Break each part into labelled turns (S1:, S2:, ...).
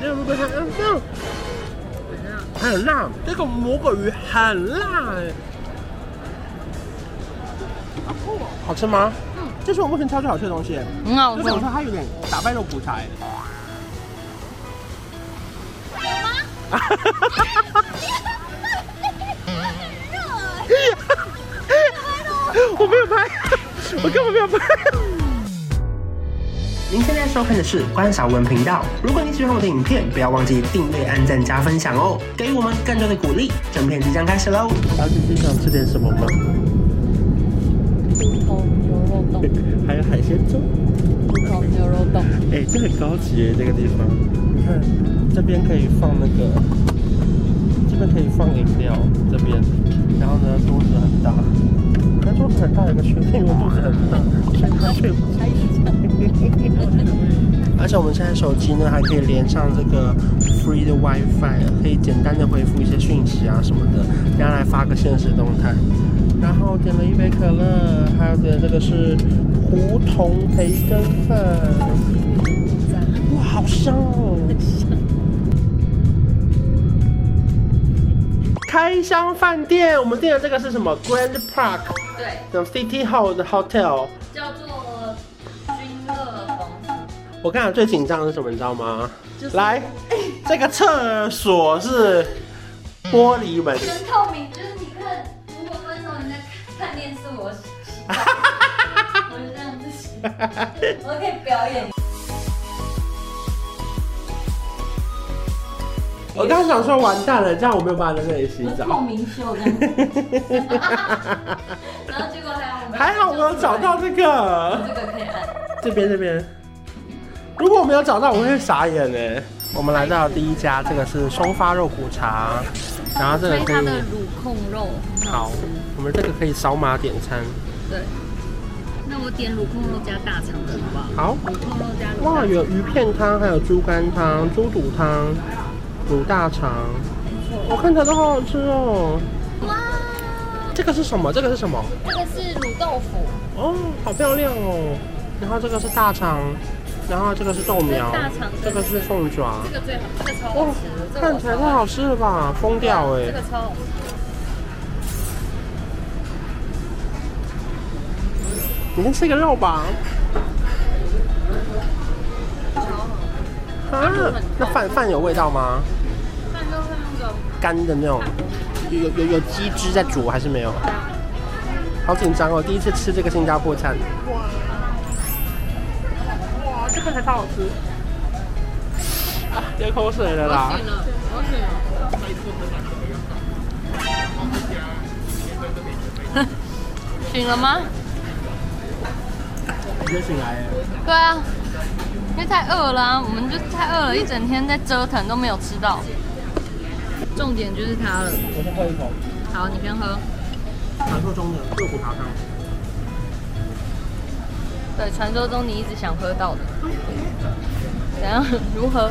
S1: 那如果还嗯嗯很辣，这个魔鬼鱼很辣哎、
S2: 好酷哦，
S1: 好吃吗？
S2: 嗯，
S1: 这是我目前挑最好吃的东西、
S2: 很好
S1: 就
S2: 吃。
S1: 等于说它有点打败肉骨茶哎、我没有拍，我根本没有拍。您现在收看的是关少文频道。如果你喜欢我的影片，不要忘记订阅、按赞、加分享哦，给予我们更多的鼓励。整片即将开始喽！小姐姐想吃点什么吗？
S2: 猪头牛肉冻，
S1: 还有海鲜粥。
S2: 猪头牛肉冻，
S1: 哎、这很高级耶，这个地方。你看，这边可以放那个，这边可以放饮料，这边。然后呢，桌子很大。那桌子很大有个缺点，我肚子很大， 所以它睡不着。而且我们现在手机呢还可以连上这个 free 的 WiFi，可以简单的回复一些讯息啊什么的，然后来发个现实动态。然后点了一杯可乐，还有点这个是胡同培根饭，哇，好香哦！开箱饭店，我们订的这个是什么？Grand Park
S2: 对，
S1: 的 City Hall 的 Hotel。
S2: 叫做君乐房。
S1: 我刚才最紧张的是什么，你知道吗？
S2: 就是
S1: 来，这个厕所是玻璃门，
S2: 嗯
S3: 全透明，就是你看，如果分手你在看电视，我洗澡我就这样子洗，我可以表演。
S1: 我刚想说完蛋了，这样我没有办法在这里洗
S2: 透
S1: 澡。
S2: 明秀这样子，
S3: 然后结果还好我们
S1: 还好我有找到这个，
S3: 这个可以按，
S1: 这边这边。如果我没有找到，我会傻眼呢。我们来到第一家，这个是松发肉骨茶，然后这个可
S2: 它
S1: 以
S2: 的卤控肉很
S1: 好
S2: 好吃。，
S1: 我们这个可以扫码点餐。
S2: 对，那我点卤控肉加大肠的好不好？
S1: 好，
S2: 卤控肉加卤
S1: 哇，
S2: 大肠，
S1: 有鱼片汤，还有猪肝汤、猪肚汤、卤大肠，我看起来都好好吃哦。
S3: 哇，
S1: 这个是什么？这个是什么？
S3: 这个是卤豆腐，
S1: 哦，好漂亮哦。然后这个是大肠，然后这个是豆苗，
S2: 这是大肠
S1: 这个是凤爪。
S2: 这个最好，这个超
S1: 哇
S2: 好吃的，，这个
S1: 看
S2: 我
S1: 起来
S2: 超
S1: 太
S2: 爱
S1: 好吃了吧，疯掉哎
S2: 这！个超好吃。
S1: 你先吃个肉吧。啊，那饭饭有味道吗？
S2: 饭就是那个
S1: 干的那种，有有有有鸡汁在煮还是没有？好紧张哦，第一次吃这个新加坡餐。哇，哇，这看起来超好吃。啊，流口水了啦！
S2: 我醒了，我醒了。醒了吗？
S1: 直接醒来耶。
S2: 对啊，因为太饿了、啊，我们就太饿了，一整天在折腾都没有吃到。重点就是它了。
S1: 我先喝一口，
S2: 好，你先喝。
S1: 传说中的肉骨茶汤。
S2: 对，传说中你一直想喝到的。怎样？如何？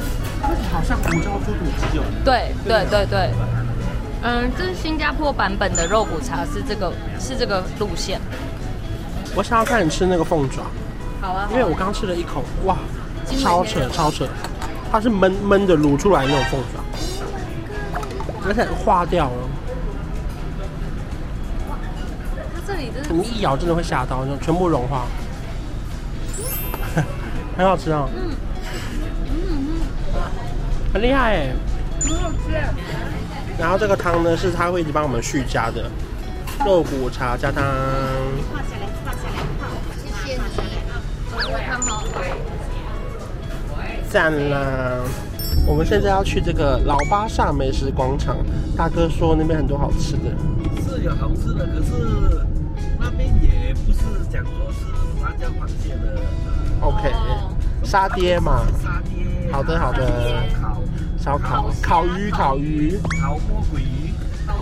S1: 好像胡椒猪肚鸡哦。
S2: 对对对对。嗯，这是新加坡版本的肉骨茶，是这个是这个路线。
S1: 我想要看你吃那个凤爪，
S2: 好啊，好啊
S1: 因为我刚吃了一口，哇，
S2: 金门
S1: 超
S2: 那
S1: 扯
S2: 个
S1: 超扯，它是闷闷的卤出来那种凤爪，而且化掉了，
S2: 它这里真是
S1: 你一咬真的会吓到，就全部融化。 很好吃啊、嗯，很厉害哎、
S2: 嗯很好吃。
S1: 然后这个汤呢，是它会一直帮我们续加的，肉骨茶加汤。
S3: 谢谢你，
S1: 赞啦！我们现在要去这个老巴萨美食广场，大哥说那边很多好吃的。
S4: 是有好吃的，可是那边也不是讲说是辣椒螃蟹的，呃
S1: OK，沙爹嘛，
S4: 沙爹。呃
S1: 好的好的
S4: 烤
S1: 烧烤、烤鱼、烤鱼、
S4: 烤魔鬼鱼。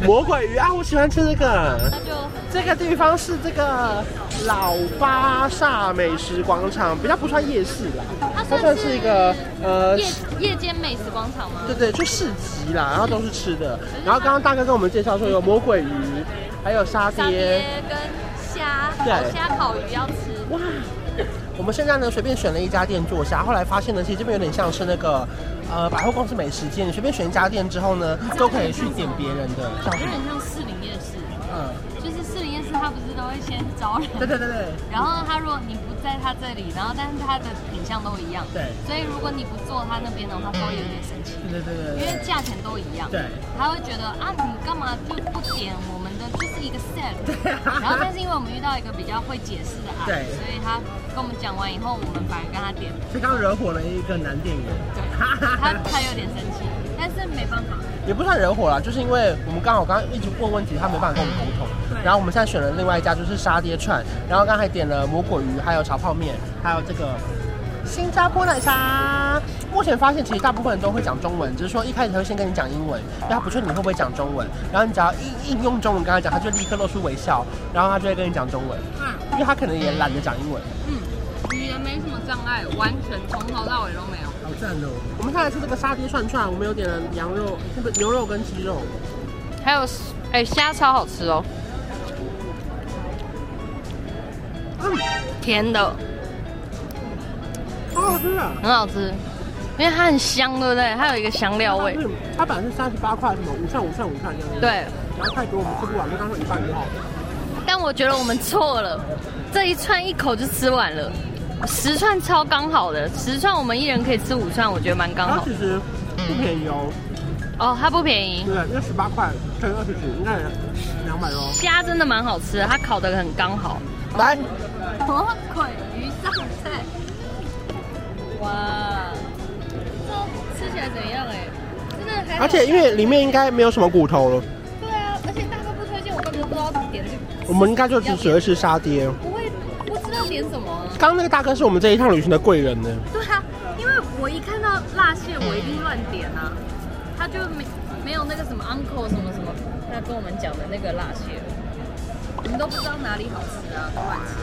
S1: 魔鬼鱼啊，我喜欢吃这个。
S2: 那就
S1: 这个地方是这个老巴萨美食广场，比较不算夜市啦，它算是一个呃
S2: 夜夜间美食广场吗？
S1: 对对，就市集啦，然后都是吃的。然后刚刚大哥跟我们介绍说有魔鬼鱼，还有沙
S2: 沙
S1: 爹
S2: 爹。跟虾，
S1: 对
S2: 烤虾烤鱼要吃。
S1: 哇，我们现在呢随便选了一家店坐下，后来发现呢，其实这边有点像是那个呃百货公司美食街，你随便选一家店之后呢，都可以去点别人的，像
S2: 有
S1: 什么
S2: 点像士林夜市，
S1: 嗯，
S2: 就是士林夜市，它不是都会先招人，
S1: 对对对对
S2: 然后它如果你不在它这里，然后但是它的品相都一样，
S1: 对
S2: 所以如果你不做它那边的话，他会有点生气，
S1: 对对对
S2: 因为
S1: 对
S2: 价钱都一样，
S1: 嗯对，
S2: 他会觉得啊你干嘛就不点我们的，就是一个 set，
S1: 对啊
S2: 然后但是因为我们遇到一个比较会解释的阿姨
S1: 对，
S2: 所以他跟我们讲完以后，我们反而跟他点，
S1: 所以刚刚惹火了一个男店员，
S2: 对，他他有点生气，但是没办法，
S1: 也不算惹火啦，就是因为我们刚好刚刚一直问问题，他没办法跟我们沟通。
S2: 对
S1: 然后我们现在选了另外一家，就是沙爹串，然后刚才点了魔果鱼，还有炒泡面，还有这个新加坡奶茶。目前发现其实大部分人都会讲中文，只是说一开始他会先跟你讲英文，因为他不确定你会不会讲中文。然后你只要一应用中文跟他讲，他就立刻露出微笑，然后他就会跟你讲中文，
S2: 嗯
S1: 因为他可能也懒得讲英文。
S2: 嗯，语言没什么障碍，完全从头到尾都没有。
S1: 好赞哦！我们再来吃这个沙爹串串，我们有点了羊肉、那个牛肉跟鸡肉。
S2: 还有，哎、虾超好吃哦，
S1: 嗯，
S2: 甜的，
S1: 好好吃啊！
S2: 很好吃，因为它很香，对不对？它有一个香料味
S1: 它。是它本来是三十八块，什么五串五串五串这样。。
S2: 对，
S1: 然后泰国我们吃不完，我们刚说一半就好了。
S2: 但我觉得我们错了，这一串一口就吃完了，十串超刚好的，十串我们一人可以吃五串，我觉得蛮刚
S1: 然
S2: 好
S1: 后其。实不便宜哦，
S2: 哦，它不便宜，
S1: 对，那十八块乘以二十几，应该也两百哦。
S2: 虾真的蛮好吃的，它烤的很刚好。
S1: 来，
S2: 魔鬼鱼上菜，哇，这吃起来怎样哎、真的还好
S1: 而且因为里面应该没有什么骨头了，
S2: 对啊，而且大哥不推荐，我根本就不知道点这个，
S1: 我们应该就只只会吃沙爹。
S2: 不会不知道点什么、啊。
S1: 刚刚那个大哥是我们这一趟旅行的贵人呢。
S2: 对啊，因为我一看到辣蟹，我一定乱点啊，他就没没有那个什么 uncle 什么什么，他跟我们讲的那个辣蟹，我们都不知道哪里好吃啊，都乱吃。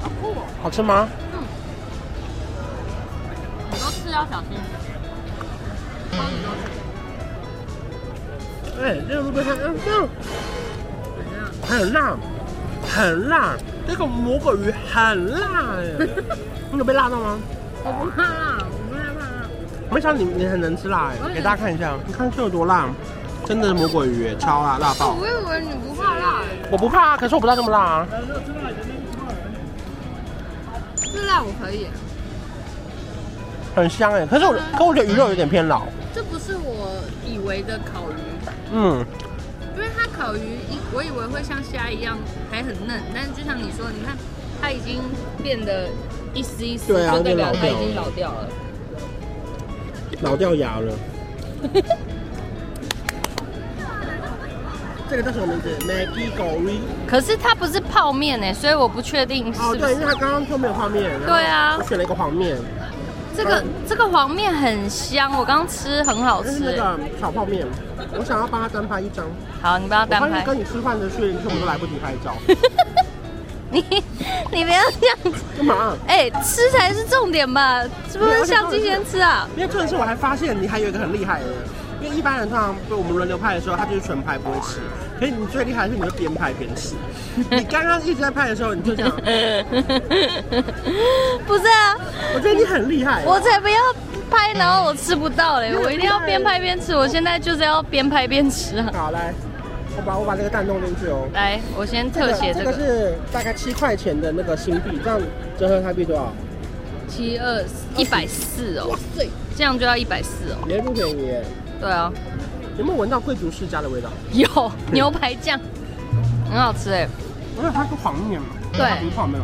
S2: 好酷哦！
S1: 好吃吗？
S2: 很多次要小心。超级多次
S1: 哎，这个不太嗯，这样
S2: 怎样
S1: 很辣，很辣。这个魔鬼鱼很辣哎， 你有被辣到吗？
S2: 我不怕辣，我不害怕辣。
S1: 没想到你你很能吃辣
S2: 我
S1: 哎，
S2: 也
S1: 给大家看一下，你看这有多辣，真的是魔鬼鱼哎超辣辣爆！
S2: 我以为你不怕辣，
S1: 我不怕啊，可是我不知道这么辣啊。
S2: 这辣我可以。
S1: 很香哎，可是我可我觉得鱼肉有点偏老，
S2: 这不是我以为的烤鱼。
S1: 嗯，
S2: 因为它烤鱼，一我以为会像虾一样还很嫩，但是就像你说，你看它已经变得一丝一丝，
S1: 对啊
S2: 就代表
S1: 有
S2: 它
S1: 点
S2: 已
S1: 老掉了
S2: 经老掉
S1: 老掉
S2: 了。
S1: 牙 了。这个叫什么名字？Maggie Curry。
S2: 可是它不是泡面呢、所以我不确定是
S1: 哦，
S2: 不
S1: 对，
S2: 是、
S1: 因为它刚刚说没有画面。然后
S2: 对啊
S1: 我选了一个黄面，
S2: 这个这个黄面很香，我刚吃很好
S1: 这是
S2: 吃、
S1: 那个小泡面。我想要帮他单拍一张。
S2: 好，你帮它
S1: 我
S2: 单
S1: 发现
S2: 拍。
S1: 跟你吃饭的事情，我们都来不及拍照。
S2: 你你不要这样子，
S1: 干嘛？啊
S2: 哎、吃才是重点吧？是不
S1: 没有
S2: 是
S1: 而且
S2: 相机先吃啊？
S1: 因为这次我还发现你还有一个很厉害的，因为一般人通常我们轮流拍的时候，他就是全拍不会吃，可是你最厉害的是你会边拍边 吃。你刚刚一直在拍的时候，你就这样，
S2: 不是啊，
S1: 我觉得你很厉害。
S2: 我才不要拍，然后我吃不到嘞！我一定要边拍边吃，我现在就是要边拍边吃啊！
S1: 好来，我把我把这个蛋弄进去哦。
S2: 来，我先特写这
S1: 这个
S2: 个
S1: 是大概七块钱的那个新币，这样折合台币多少？
S2: 七二一百四哦，
S1: 塞，
S2: 这样就要一百四哦。
S1: 也不便宜耶。
S2: 对啊，
S1: 有没有闻到贵族世家的味道？
S2: 有 牛排酱，很好吃哎，
S1: 因为它是黄面嘛，
S2: 对
S1: 它不是泡面，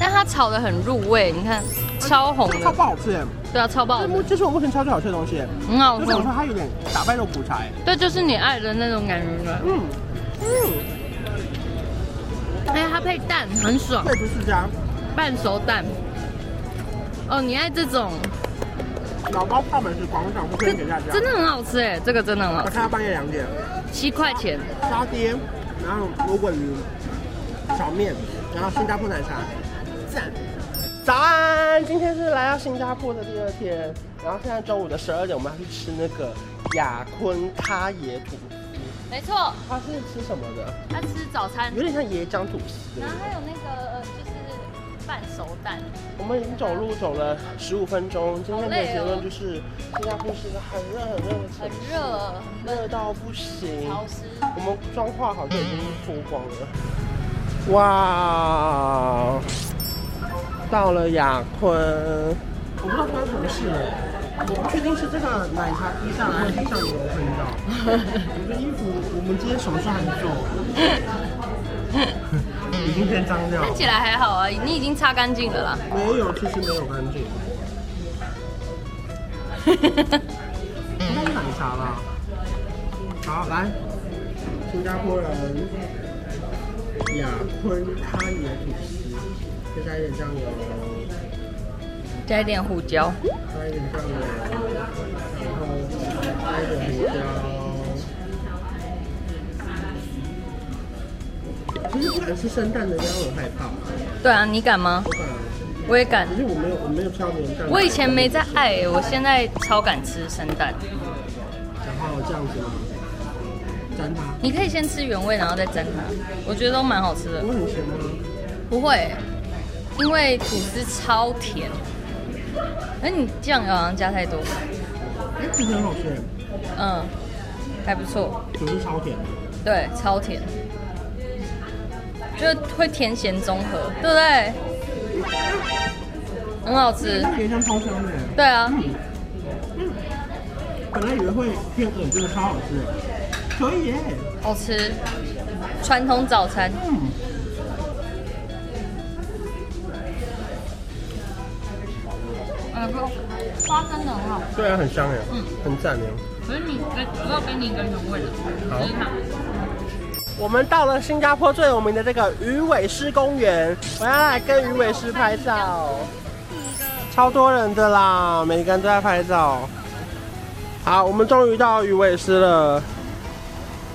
S2: 但它炒的很入味，你看超红
S1: 超
S2: 的，
S1: 不好吃耶。
S2: 对啊，超爆
S1: 这
S2: 的，
S1: 目这是我目前超级好吃的东西耶，
S2: 很好
S1: 就
S2: 吃
S1: 是。我说它有点打败肉骨茶耶。
S2: 对，就是你爱的那种感觉。
S1: 嗯嗯，
S2: 哎，它配蛋很爽，
S1: 贵族世家
S2: 半熟蛋。哦，你爱这种，
S1: 老高泡美食广场，我推
S2: 这
S1: 荐给大家。
S2: 真的，很好吃哎，这个真的很好
S1: 我
S2: 吃，
S1: 看到半夜两点，
S2: 七块钱。
S1: 沙爹，然后牛滚鱼，炒面，然后新加坡奶茶，赞。早安，今天是来到新加坡的第二天，然后现在中午的十二点，我们要去吃那个雅坤咖椰土司。
S2: 没错，
S1: 它是吃什么的？
S2: 他吃早餐
S1: 有，点像椰浆吐司，对
S2: 然
S1: 不
S2: 后还
S1: 对？
S2: 有那个呃，就是半熟蛋，
S1: 我们已经走路走了十五分钟，今天的结论就是，新加坡是一个很热很热的城
S2: 很
S1: 市，
S2: 热，很
S1: 热到不行。
S2: 潮湿。
S1: 我们妆化好就已经脱光了。哇，到了雅坤，我不知道发生什么事了，我不确定是这个奶茶滴上来，还是地上有人喷到。我的衣服，我们今天手术还没做，已经变脏掉了
S2: 看。起来还好啊，你已经擦干净了啦。
S1: 没有，其实没有干净，应该是奶茶吧。好，来，新加坡人雅坤咖椰吐司，再加一点酱油，
S2: 加一点胡椒，
S1: 加一点酱油，然后加一点胡椒。其实不敢吃生蛋的，应该会很害怕。
S2: 对啊，你敢吗？
S1: 我敢，
S2: 我也敢
S1: 可。是我没有，我没有吃到别人蛋。
S2: 我以前没在爱、我现在超敢吃生蛋。
S1: 然后这样子吗？呃沾它，
S2: 你可以先吃原味，然后再蒸它，我觉得都蛮好吃的
S1: 不。会很咸吗？
S2: 不会，因为吐司超甜。哎，你酱油好像加太多。
S1: 哎，其实很好吃耶，
S2: 嗯，还不错，
S1: 可是超甜的。
S2: 对，超甜，就是会甜咸综合，对不对？很好吃，
S1: 椰香超香的耶，嗯
S2: 对啊，
S1: 本来以为会变恶真的超好吃的，可以耶。
S2: 好吃，传统早餐。
S1: 嗯，
S2: 嗯，花生的很好，
S1: 对啊，很香哎，
S2: 嗯，
S1: 很赞哎。
S2: 可是你跟我要给你一个原味的，
S1: 好
S2: 吃它。
S1: 我们到了新加坡最有名的这个鱼尾狮公园，我要来跟鱼尾狮拍照，超多人的啦，每个人都在拍照。好，我们终于到鱼尾狮了。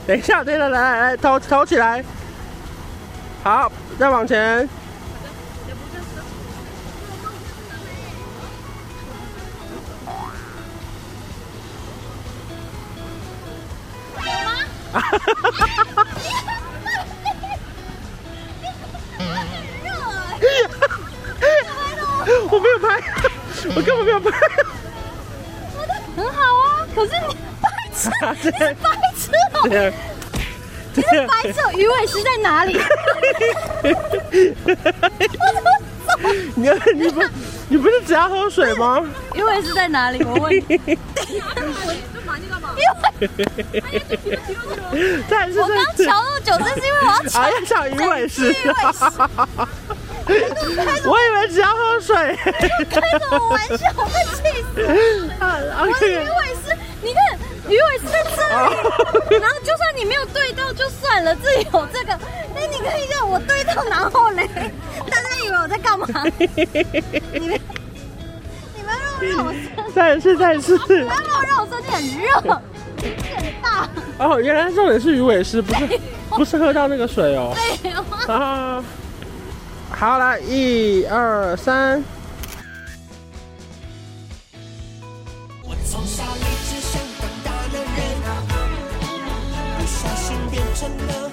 S1: 等一下，等一下，来来来，投投起来。好，再往前。 我没有拍，我根本没有拍。
S2: 很好啊，可是你白痴，
S1: 这样
S2: 白痴哦、
S1: 这样这样
S2: 白痴哦、鱼尾狮在哪 里？
S1: 你你不你不是只要喝水吗？
S2: 鱼尾狮在哪里？我问你，因为
S1: 但是
S2: 我刚
S1: 这
S2: 瞧那么久，这哦是因为我要瞧
S1: 啊，要抢鱼尾 狮
S2: 鱼尾狮
S1: 我以为只要喝水。
S2: 开什么玩笑，我被气死！
S1: 啊
S2: 我是鱼
S1: OK
S2: 尾狮，你看鱼尾狮在
S1: 啊
S2: 这里，然后就算你没有对到就算了，这里有这个，那你看一下我对到，然后嘞， 大家以为我在干嘛？你们让我让我
S1: 哦再次，再 次。
S2: 不要让我让我生气，很热，很大，
S1: 哦，原来重点是鱼尾狮，不 是不是喝到那个水哦。
S2: 废话。
S1: 啊，好来，一二三。
S5: 我从小一直想当大男人，不小心变成了